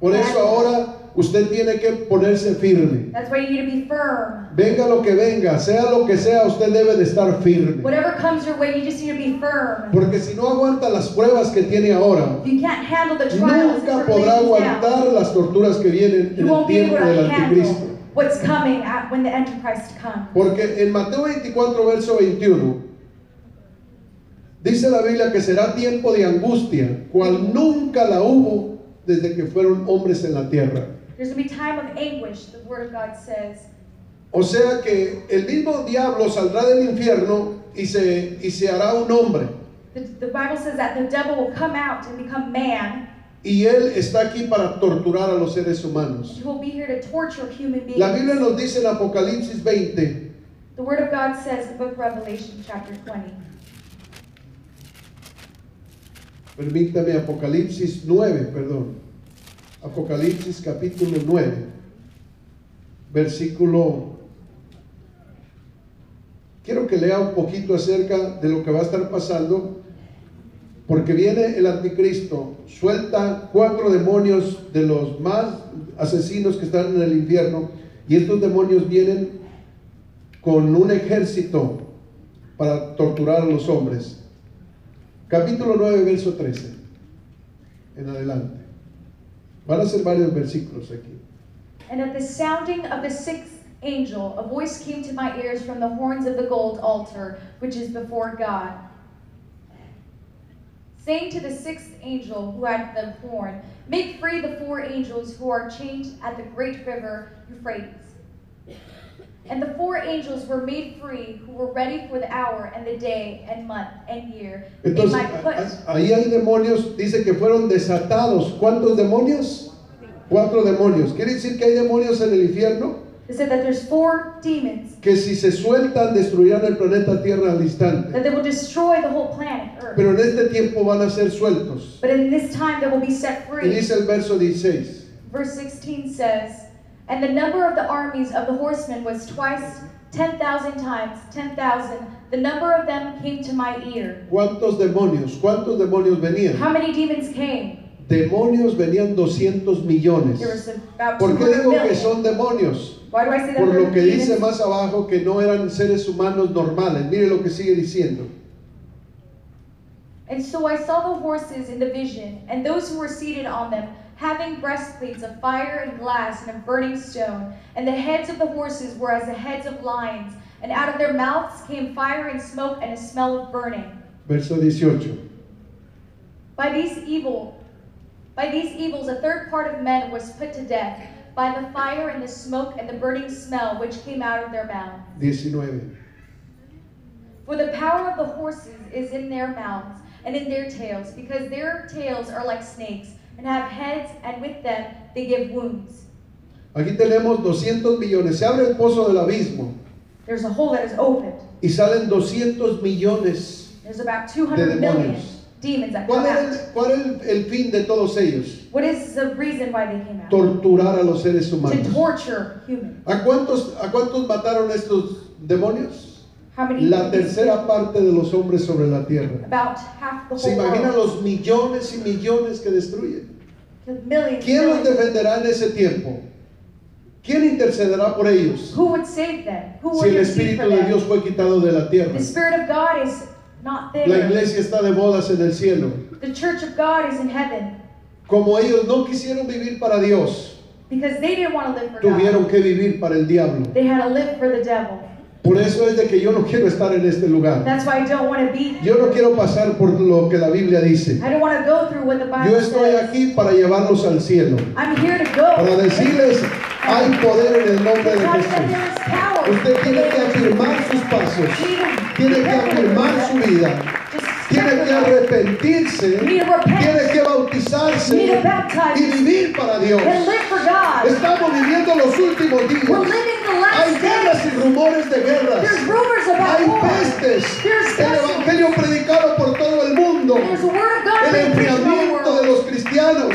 S2: Por eso ahora usted tiene que ponerse firme.
S3: That's why you need to be firm.
S2: Venga lo que venga, sea lo que sea, usted debe de estar firme.
S3: Whatever comes your way, you just need to be firm.
S2: Porque si no aguanta las pruebas que tiene ahora,
S3: If you can't handle the trials,
S2: nunca
S3: and
S2: podrá
S3: tribulations now,
S2: aguantar las torturas que vienen
S3: You
S2: en el
S3: won't be able
S2: tiempo
S3: to
S2: del
S3: handle
S2: anticristo.
S3: what's coming at, when the Antichrist comes.
S2: Porque en Mateo 24, verso 21, dice la Biblia que será tiempo de angustia, cual nunca la hubo desde que fueron hombres en la tierra.
S3: There's going to be time of anguish, the Word of God says.
S2: O sea que el mismo diablo saldrá del infierno y se, y se hará un hombre.
S3: The, the Bible says that the devil will come out and become man,
S2: Y él está aquí para torturar a los seres
S3: and
S2: humanos.
S3: he will be here to torture human beings.
S2: La Biblia nos dice en Apocalipsis 20,
S3: The Word of God says in the book of Revelation, chapter 20.
S2: permítame, Apocalipsis 9, perdón. Apocalipsis capítulo 9, versículo... Quiero que lea un poquito acerca de lo que va a estar pasando, porque viene el anticristo, suelta cuatro demonios de los más asesinos que están en el infierno, y estos demonios vienen con un ejército para torturar a los hombres. Capítulo 9, verso 13. En adelante. Van a ser varios versículos aquí.
S3: And at the sounding of the sixth angel, a voice came to my ears from the horns of the gold altar, which is before God, saying to the sixth angel who had the horn, Make free the four angels who are chained at the great river Euphrates. And the four angels were made free who were ready for the hour and the day and month and year. that They
S2: Entonces,
S3: might put
S2: a- a- ahí hay demonios, dice que fueron desatados. ¿Cuántos demonios? Cuatro demonios. Quiere decir que hay demonios en el infierno
S3: It said that there's four demons
S2: que si se sueltan destruirán el planeta Tierra al instante.
S3: that they will destroy the whole planet Earth.
S2: Pero en este tiempo van a ser sueltos.
S3: But in this time they will be set
S2: Y
S3: free.
S2: dice el verso 16.
S3: Verse 16 says, And the number of the armies of the horsemen was twice 10,000 times 10,000. The number of them came to my ear.
S2: ¿Cuántos demonios? ¿Cuántos demonios venían?
S3: How many demons came?
S2: Demonios venían 200 millones.
S3: There was about
S2: ¿Por qué
S3: 200
S2: digo que
S3: million.
S2: son demonios?
S3: Why do I say that?
S2: Por
S3: there
S2: lo
S3: were
S2: que dice
S3: demons?
S2: más abajo que no eran seres humanos normales. Mire lo que sigue diciendo.
S3: And so I saw the horses in the vision, and those who were seated on them, having breastplates of fire and glass and of burning stone. And the heads of the horses were as the heads of lions, and out of their mouths came fire and smoke and a smell of burning.
S2: Verso 18.
S3: By these evil, by these evils, a third part of men was put to death by the fire and the smoke and the burning smell which came out of their mouth.
S2: 19.
S3: For the power of the horses is in their mouths and in their tails, because their tails are like snakes and have heads, and with them they give wounds.
S2: Aquí tenemos 200 millones. Se abre el pozo del abismo
S3: There's a hole that is opened.
S2: y salen 200 millones.
S3: There's about
S2: The
S3: 200 million
S2: demons.
S3: demons that come
S2: ¿Cuál era
S3: out.
S2: el, cuál era el- el fin de todos ellos?
S3: What is the reason why they came out?
S2: Torturar a los seres
S3: To
S2: humanos.
S3: torture humans.
S2: ¿A cuántos, a cuántos mataron estos demonios?
S3: How many?
S2: La
S3: demons?
S2: tercera parte de los hombres sobre la tierra.
S3: About half the
S2: ¿Se
S3: whole
S2: imaginan
S3: world.
S2: los millones y millones que destruyen?
S3: The millions.
S2: ¿Quién los
S3: millions.
S2: defenderá en ese tiempo? ¿Quién intercederá por ellos
S3: Who would save them? Who
S2: si
S3: would
S2: el
S3: intercede
S2: Espíritu
S3: for
S2: de
S3: them?
S2: Dios fue quitado de la tierra?
S3: The Spirit of God is not
S2: La
S3: there.
S2: iglesia está de bodas en el cielo.
S3: The Church of God is in heaven
S2: Como ellos no quisieron vivir para Dios,
S3: because they didn't want to live for God.
S2: tuvieron que vivir para el diablo.
S3: They had to live for the devil.
S2: Por eso es de que yo no quiero estar en este lugar.
S3: That's why I don't want to be.
S2: Yo no quiero pasar por lo que la Biblia dice.
S3: I don't want to go through what the Bible
S2: Yo estoy
S3: says.
S2: aquí para llevarlos al cielo,
S3: I'm here to go.
S2: para decirles, hay poder en el nombre de
S3: God said
S2: Jesús.
S3: there is power.
S2: Usted tiene que afirmar sus pasos, tiene que afirmar su vida, tiene que arrepentirse, tiene que bautizarse y vivir para Dios.
S3: and live for God.
S2: Estamos viviendo los últimos
S3: We're
S2: días.
S3: living the
S2: Hay
S3: last
S2: guerras
S3: days.
S2: y rumores de guerras.
S3: There's rumors about
S2: Hay
S3: war.
S2: pestes.
S3: There's
S2: El
S3: pestes.
S2: evangelio predicado por todo el mundo.
S3: There's a word of God
S2: El
S3: being preached in the
S2: enfriamiento de
S3: world.
S2: los cristianos.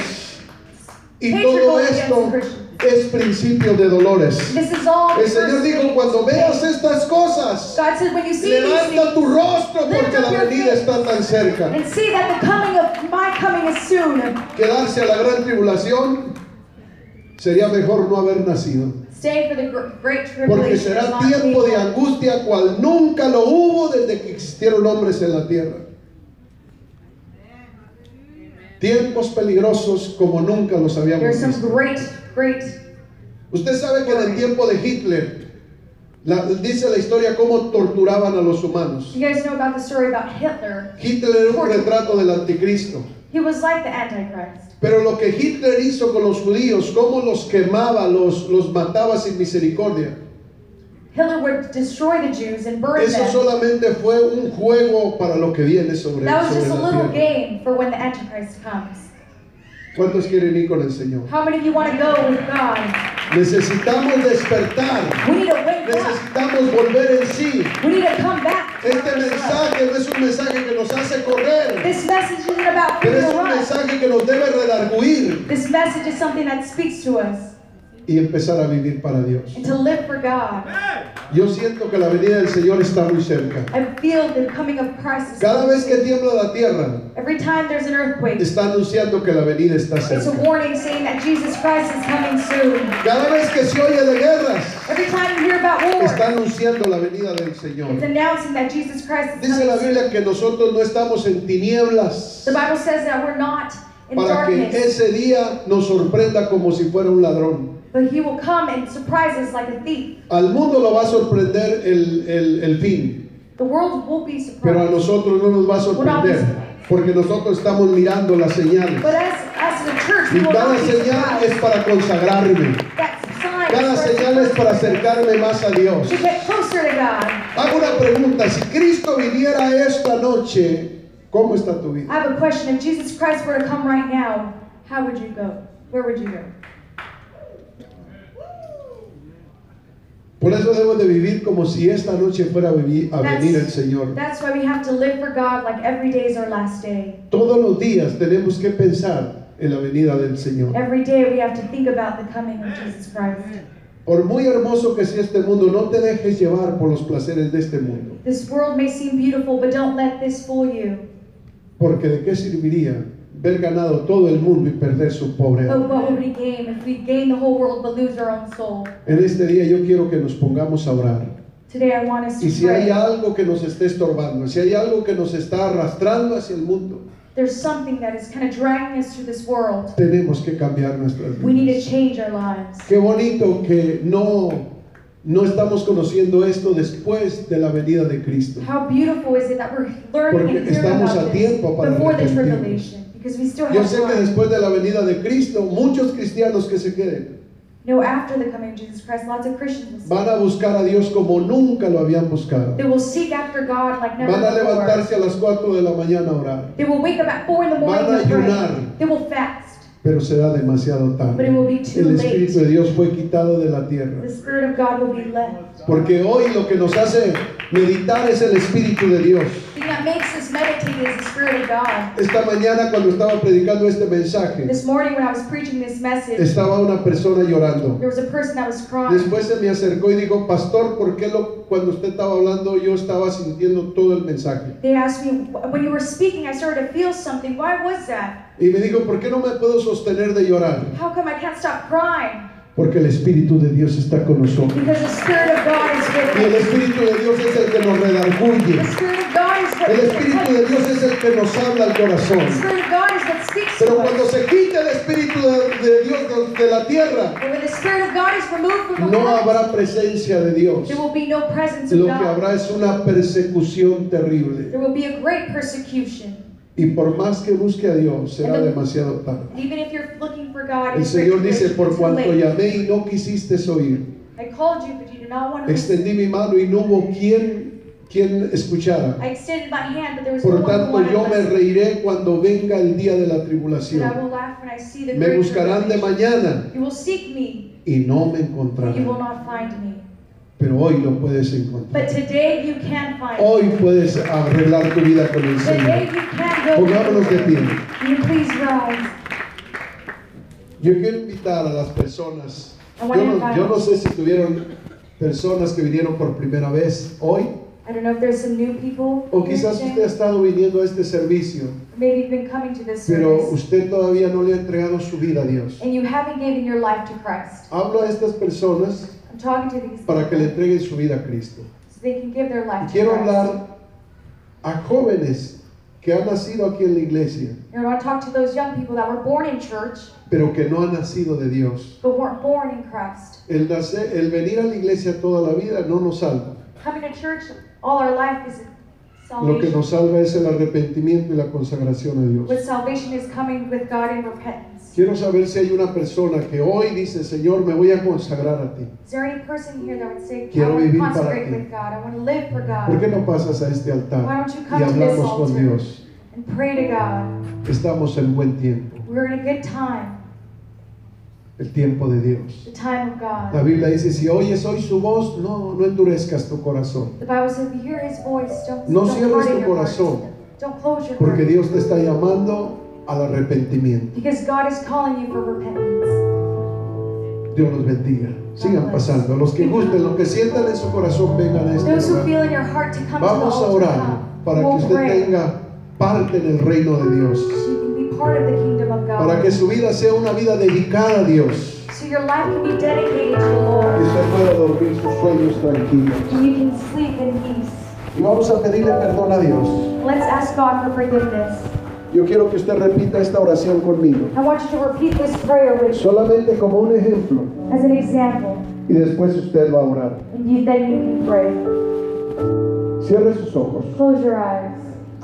S2: Y
S3: Hatred
S2: todo
S3: against
S2: esto
S3: Christians.
S2: es principio de dolores.
S3: This is all.
S2: El Señor dijo, cuando veas estas cosas,
S3: God said, when you see these
S2: levanta
S3: things,
S2: tu rostro porque
S3: Lift
S2: la
S3: up your
S2: venida
S3: face.
S2: está tan cerca.
S3: and see that the coming of my coming is soon.
S2: Quedarse a la gran tribulación sería mejor no haber nacido.
S3: Stay for the gr- great
S2: Porque
S3: tribulation.
S2: será
S3: Not
S2: tiempo
S3: be-
S2: de angustia cual nunca lo hubo desde que existieron hombres en la tierra. Tiempos peligrosos como nunca los habíamos
S3: There's some
S2: visto.
S3: great, great.
S2: Usted sabe que en el tiempo de Hitler, la- dice la historia cómo torturaban a los humanos.
S3: You guys know about the story about Hitler.
S2: Hitler era un retrato del anticristo.
S3: He was like the Antichrist.
S2: Pero lo que Hitler hizo con los judíos, cómo los quemaba, los, los mataba sin misericordia.
S3: Hitler would destroy the Jews and burn
S2: Eso
S3: them.
S2: solamente fue un juego para lo que viene sobre,
S3: that was
S2: sobre
S3: just a
S2: la
S3: little
S2: tierra.
S3: game for when the Antichrist comes.
S2: ¿Cuántos quieren ir con el Señor?
S3: How many of you want to go with God?
S2: Necesitamos despertar.
S3: We need to wake up.
S2: Necesitamos volver en sí.
S3: We need to come back. to
S2: Este
S3: ourselves.
S2: mensaje no es un mensaje que nos hace correr,
S3: This message isn't about
S2: pero
S3: freedom
S2: es
S3: to
S2: un
S3: run.
S2: mensaje que nos debe redarguir
S3: This message is something that speaks to us
S2: y empezar a vivir para Dios.
S3: and to live for God.
S2: Yo siento que la venida del Señor está muy cerca.
S3: I feel the coming of Christ. is-
S2: Cada vez que tiembla la tierra,
S3: Every time there's an earthquake,
S2: está anunciando que la venida está
S3: it's a
S2: cerca.
S3: warning saying that Jesus Christ is coming soon.
S2: Cada vez que se oye de guerras,
S3: Every time you hear about
S2: está
S3: war,
S2: anunciando la venida del Señor.
S3: it's announcing that Jesus Christ is
S2: Dice la
S3: coming soon.
S2: Biblia que nosotros no estamos en tinieblas
S3: The Bible says that we're not in
S2: para que
S3: darkness,
S2: ese día nos sorprenda como si fuera un ladrón.
S3: but He will come and surprise us like a thief.
S2: Al mundo lo va a sorprender el, el- el fin,
S3: The world will be
S2: pero a
S3: surprised.
S2: nosotros no nos va a sorprender porque nosotros estamos mirando las señales.
S3: But as, as the church,
S2: Y
S3: we will
S2: cada
S3: not be
S2: señal
S3: surprised.
S2: es para consagrarme,
S3: That sign
S2: cada
S3: is for us
S2: señal es para acercarme más a Dios.
S3: to get closer to God.
S2: Hago una pregunta, si Cristo viniera esta noche, ¿cómo está tu
S3: I
S2: vida?
S3: have a question. If Jesus Christ were to come right now, how would you go? Where would you go?
S2: Por eso debo de vivir como si esta noche fuera a venir, a venir el Señor.
S3: That's why we have to live for God like every day is our last day.
S2: Todos los días tenemos que pensar en la venida del Señor.
S3: Every day we have to think about the coming of Jesus Christ.
S2: Por muy hermoso que sea este mundo, no te dejes llevar por los placeres de este mundo,
S3: This world may seem beautiful, but don't let this fool you.
S2: porque de qué serviría ver ganado todo el mundo y perder su pobre
S3: But
S2: alma.
S3: what would we gain if we gain the whole world but lose our own soul?
S2: En este día yo quiero que nos pongamos a orar.
S3: Today I want us
S2: Y
S3: to
S2: si hay
S3: pray.
S2: algo que nos esté estorbando, si hay algo que nos está arrastrando hacia el mundo,
S3: There's something that is kind of dragging us through this world.
S2: tenemos que cambiar nuestras
S3: We need
S2: vidas.
S3: to change our lives.
S2: Qué bonito que no, no estamos conociendo esto después de la venida de Cristo.
S3: How beautiful is it that we're learning
S2: Porque
S3: and hearing
S2: estamos
S3: about
S2: a
S3: this
S2: tiempo para
S3: before the
S2: arrepentirnos.
S3: tribulation? Because we still
S2: Yo
S3: have
S2: sé que
S3: time.
S2: después de la venida de Cristo, muchos cristianos que se queden
S3: No, after the coming of Jesus Christ, lots of Christians will
S2: van a buscar a Dios como nunca lo habían buscado.
S3: They will seek after God like never
S2: Van a
S3: before.
S2: levantarse a las 4 de la mañana a orar,
S3: They will wake up at four in the morning
S2: Van a
S3: to pray.
S2: ayunar.
S3: They will fast,
S2: pero será demasiado
S3: but it
S2: tarde.
S3: will be too
S2: El Espíritu
S3: late.
S2: de Dios fue quitado de la tierra.
S3: The Spirit of God will be left.
S2: Porque hoy lo que nos hace meditar es el Espíritu de Dios.
S3: The thing that makes us meditate is the Spirit of God.
S2: Esta mañana cuando estaba predicando este mensaje,
S3: This morning when I was preaching this message,
S2: estaba una persona llorando.
S3: there was a person that was crying.
S2: Después se me acercó y dijo, pastor, ¿por qué lo- cuando usted estaba hablando yo estaba sintiendo todo el mensaje?
S3: They asked me, when you were speaking, I started to feel something. Why was that?
S2: Y me dijo, ¿por qué no me puedo sostener de llorar?
S3: How come I can't stop crying?
S2: Porque el Espíritu de Dios está con nosotros.
S3: Because the Spirit of God is
S2: Y el
S3: with me.
S2: Espíritu de Dios es el que nos redarguye.
S3: The Spirit of God is
S2: El
S3: with
S2: Espíritu
S3: me.
S2: de Dios es el que nos habla al
S3: The
S2: corazón.
S3: Spirit of God is what speaks
S2: Pero
S3: to us.
S2: cuando se quita el Espíritu de, de Dios de- de la tierra,
S3: And when the Spirit of God is removed from the
S2: No
S3: world,
S2: habrá presencia de Dios.
S3: there will be no presence of
S2: Lo que
S3: God.
S2: habrá es una persecución terrible.
S3: There will be a great persecution.
S2: Y por más que busque a Dios, será demasiado tarde.
S3: And even if you're looking for God,
S2: El
S3: it's
S2: Señor dice, por
S3: too
S2: cuanto
S3: late.
S2: llamé y no quisiste oír,
S3: I called you, but you did not want to listen.
S2: extendí mi mano y no hubo quien, quien escuchara.
S3: I extended my hand, but there was no
S2: Por
S3: one who
S2: tanto,
S3: wanted to
S2: yo me
S3: listen.
S2: reiré cuando venga el día de la
S3: And I
S2: tribulación.
S3: will laugh when I see the
S2: Me
S3: great
S2: buscarán de
S3: tribulation.
S2: mañana
S3: You will seek me,
S2: y no me
S3: but you will
S2: encontrarán.
S3: not find me.
S2: Pero hoy lo puedes
S3: But
S2: encontrar.
S3: today you can find me.
S2: Hoy puedes arreglar tu vida con el Oh,
S3: Today
S2: Señor.
S3: you can go.
S2: Pongámonos de pie.
S3: Can you please rise?
S2: Yo quiero invitar a las personas.
S3: I
S2: Yo
S3: wanna
S2: no,
S3: invite-
S2: yo no sé si tuvieron personas que vinieron por primera vez hoy,
S3: I don't know if there's some new people.
S2: o
S3: here
S2: quizás
S3: today.
S2: usted ha estado viniendo a este servicio,
S3: Maybe you've been coming to this
S2: pero
S3: service
S2: usted todavía no le ha entregado su vida a Dios.
S3: and you haven't given your life to Christ.
S2: Hablo a estas personas
S3: I'm talking to these
S2: para que le entreguen su vida a Cristo.
S3: so they can give their
S2: Y
S3: life to
S2: quiero
S3: Christ.
S2: hablar a jóvenes que han nacido aquí en la iglesia,
S3: You know, I talk to those young people that were born in church
S2: pero que no han nacido de Dios.
S3: but weren't born in Christ.
S2: El, nacer- el venir a la iglesia toda la vida no nos salva.
S3: Coming to church all our life is
S2: Lo que
S3: salvation.
S2: nos salva es el arrepentimiento y la consagración a Dios.
S3: But salvation is coming with God in repentance.
S2: Quiero saber si hay una persona que hoy dice, Señor, me voy a consagrar a ti.
S3: Is there any person here that would say,
S2: Quiero
S3: I want
S2: vivir
S3: to
S2: para
S3: consecrate
S2: ti.
S3: with God. I want to live for
S2: ¿Por qué
S3: God
S2: no pasas a este
S3: Why
S2: altar
S3: don't you come
S2: y
S3: to this
S2: hablamos con
S3: altar?
S2: Dios?
S3: and pray to God.
S2: Estamos en buen tiempo,
S3: We're in a good time,
S2: el tiempo de Dios.
S3: the time of
S2: La
S3: God.
S2: Biblia dice, si oyes hoy su voz, no, no endurezcas tu corazón,
S3: The Bible says, if you hear his voice, don't,
S2: No
S3: don't
S2: cierres
S3: harden
S2: tu
S3: your heart.
S2: corazón.
S3: Don't close your
S2: porque
S3: heart.
S2: Dios te está llamando al arrepentimiento.
S3: Because God is calling you for repentance.
S2: Dios los bendiga. Sigan pasando. Los que gusten, los que sientan en su corazón, vengan a este
S3: Those who
S2: lugar.
S3: feel in your heart to come
S2: Vamos a
S3: to the altar,
S2: orar
S3: come.
S2: para que
S3: we'll
S2: usted
S3: pray
S2: tenga parte en el reino de Dios.
S3: so you can be part of the kingdom of God.
S2: Para que su vida sea una vida dedicada a Dios.
S3: so your life can be dedicated to the
S2: Que
S3: Lord,
S2: usted pueda dormir sus sueños tranquilos.
S3: and you can sleep in peace.
S2: Y vamos a pedirle perdón a Dios.
S3: Let's ask God for forgiveness.
S2: Yo quiero que usted repita esta oración conmigo.
S3: I want you to repeat this prayer with
S2: Solamente como un ejemplo.
S3: as an example,
S2: Y después usted va a orar.
S3: and you, then you can pray.
S2: Cierre sus ojos
S3: Close your eyes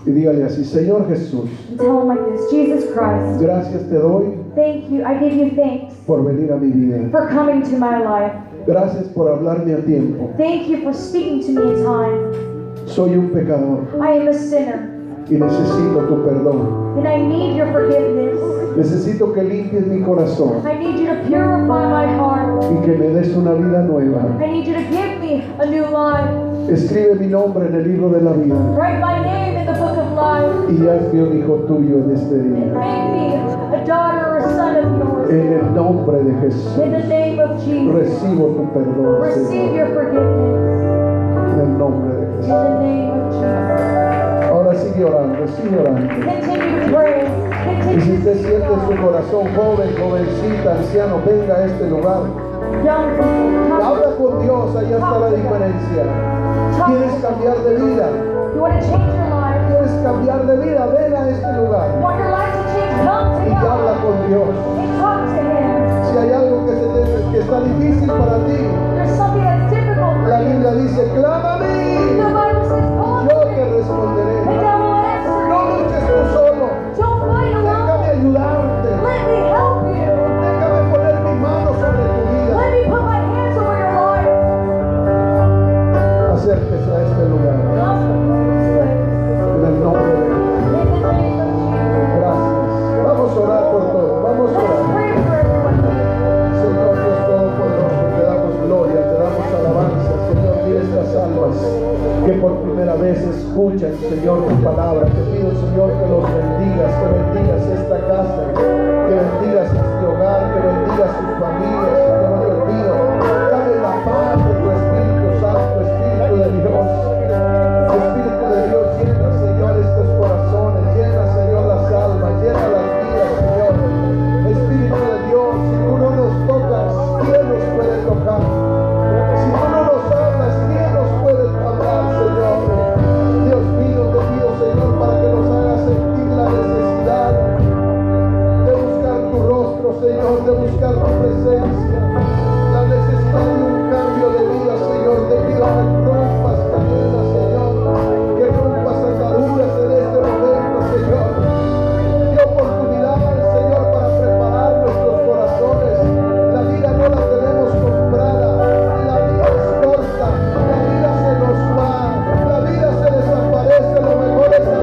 S2: y dígale así, Señor Jesús,
S3: and tell him like this: Jesus Christ,
S2: gracias te doy
S3: thank you. I give you thanks
S2: por venir a mi vida.
S3: for coming to my life.
S2: Gracias por hablarme a tiempo.
S3: Thank you for speaking to me in time.
S2: Soy un pecador
S3: I am a sinner,
S2: y necesito tu perdón.
S3: and I need your forgiveness.
S2: Necesito que limpies mi corazón
S3: I need you to purify my heart.
S2: y que me des una vida nueva.
S3: I need you to give me a new life.
S2: Escribe mi nombre en el libro de la vida
S3: Write my name in the book of life.
S2: y hazme un hijo tuyo en este
S3: And
S2: día.
S3: make me a daughter or a son of yours.
S2: En el nombre de Jesús,
S3: In the name of Jesus.
S2: recibo tu perdón,
S3: Receive
S2: Señor.
S3: your forgiveness.
S2: En el nombre de
S3: In
S2: Jesús.
S3: the name of Jesus.
S2: Ahora sigue orando, sigue orando.
S3: Continue to pray.
S2: Y si
S3: Continue
S2: usted
S3: to seek
S2: siente en su
S3: God.
S2: corazón, joven, jovencita, anciano, venga a este lugar.
S3: Young people, come.
S2: Habla con Dios, allá está la diferencia. ¿Quieres cambiar de vida?
S3: You want to change your life.
S2: ¿Quieres cambiar de vida? Ven a este lugar
S3: Want your life to change? Come to
S2: y habla
S3: God.
S2: con Dios.
S3: And talk to Him.
S2: Si hay algo que, se te- que está difícil para ti,
S3: There's something that's difficult
S2: la
S3: for you.
S2: Biblia dice, clama a
S3: The
S2: mí,
S3: Bible says, call
S2: yo te
S3: to Him. The
S2: responderé.
S3: devil answered.
S2: No luches tú solo,
S3: Don't fight alone.
S2: déjame ayudarte,
S3: Let me help you.
S2: déjame poner mis manos sobre tu vida.
S3: Let me put my hands over your life.
S2: Acérquese a este lugar. En el nombre de Jesús.
S3: In the name of Jesus.
S2: Gracias. Vamos a orar por todo. Vamos a
S3: Let's
S2: orar.
S3: pray for everyone here.
S2: Señor Dios Todopoderoso, te damos gloria, te damos alabanza. Señor, mira estas almas que por primera vez escuchan, Señor, tu palabra. Te pido, Señor, que los bendigas, que bendigas esta casa, que bendigas este hogar, que bendigas sus familias, Señor, te pido. Dale la paz de tu Espíritu Santo, Espíritu de Dios. Espíritu de Dios, llena, Señor, estos corazones, llena, Señor, las almas, llena las vidas, Señor. Espíritu de Dios, si tú no nos tocas, ¿quién nos puede tocar? Si tú no nos hablas, ¿quién nos puede hablar, Señor? Dios mío, te pido, Señor, para que nos hagas sentir la necesidad de buscar tu rostro, Señor, de buscar tu presencia. este este Oh, este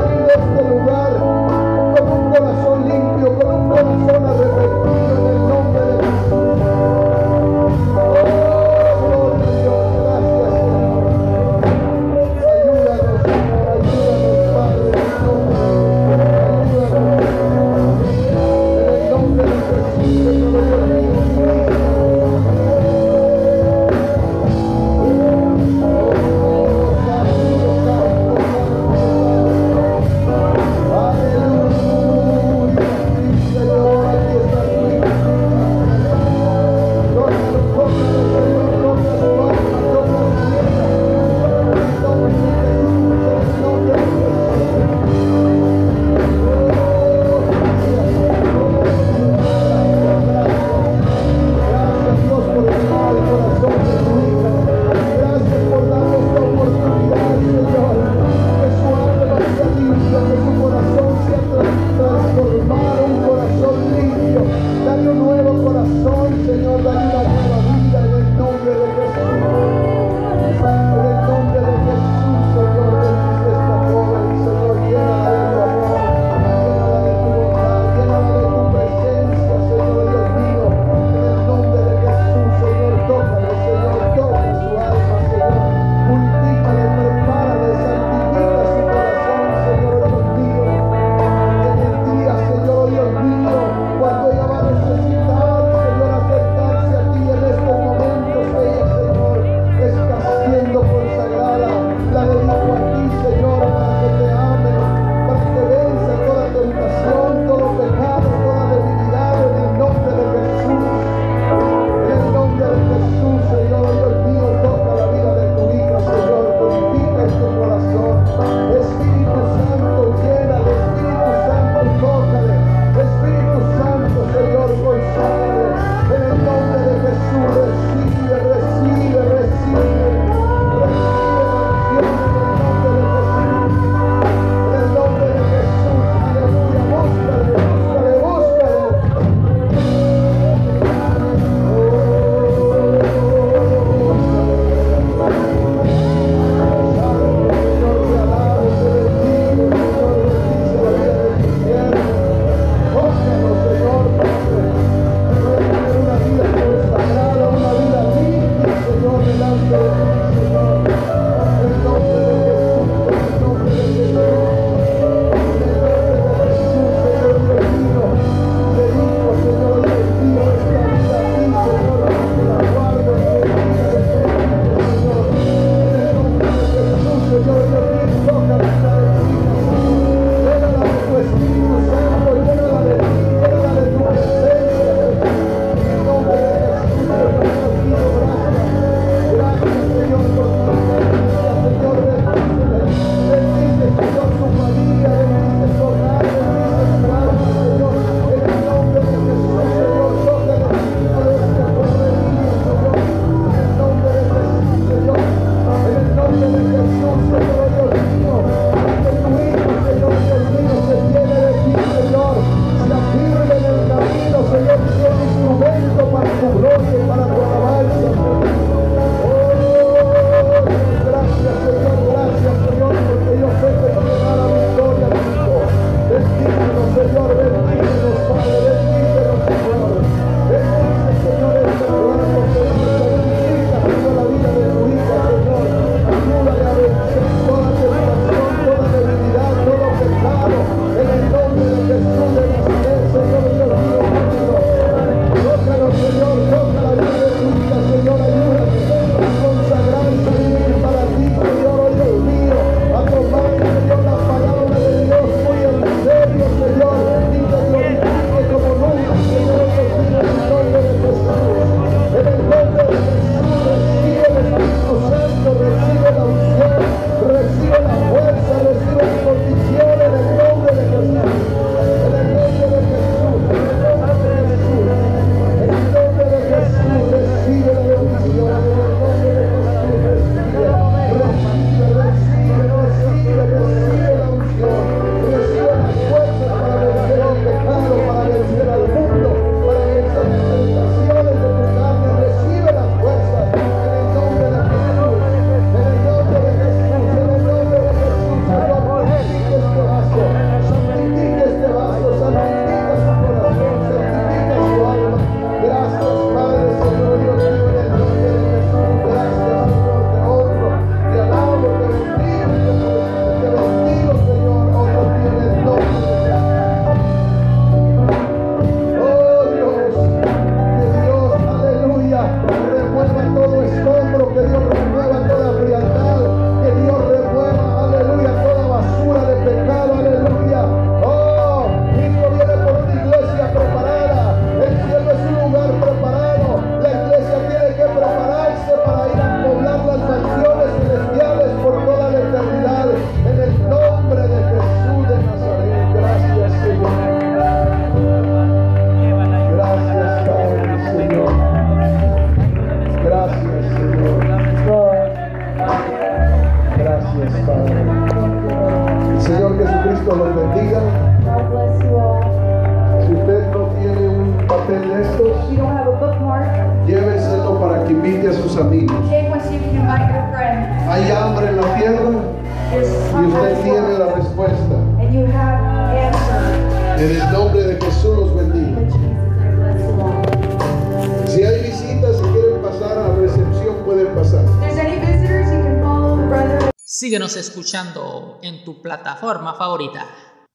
S2: Oh, este este oh, Oh, Cristo los bendiga.
S3: God bless you all.
S2: Si usted no tiene un papel de estos,
S3: If you don't have a bookmark,
S2: lléveselo para que invite a sus amigos.
S3: take one so you can invite your friend.
S2: Hay hambre en la tierra
S3: There's
S2: y usted tiene
S3: hunger
S2: la respuesta.
S3: and you have answers.
S2: En el nombre de Jesús los bendiga.
S3: But Jesus, I bless you all.
S2: Si hay visitas y quieren pasar a la recepción, pueden pasar.
S4: If there's any visitors, you can follow the brother
S1: Síguenos escuchando en tu plataforma favorita.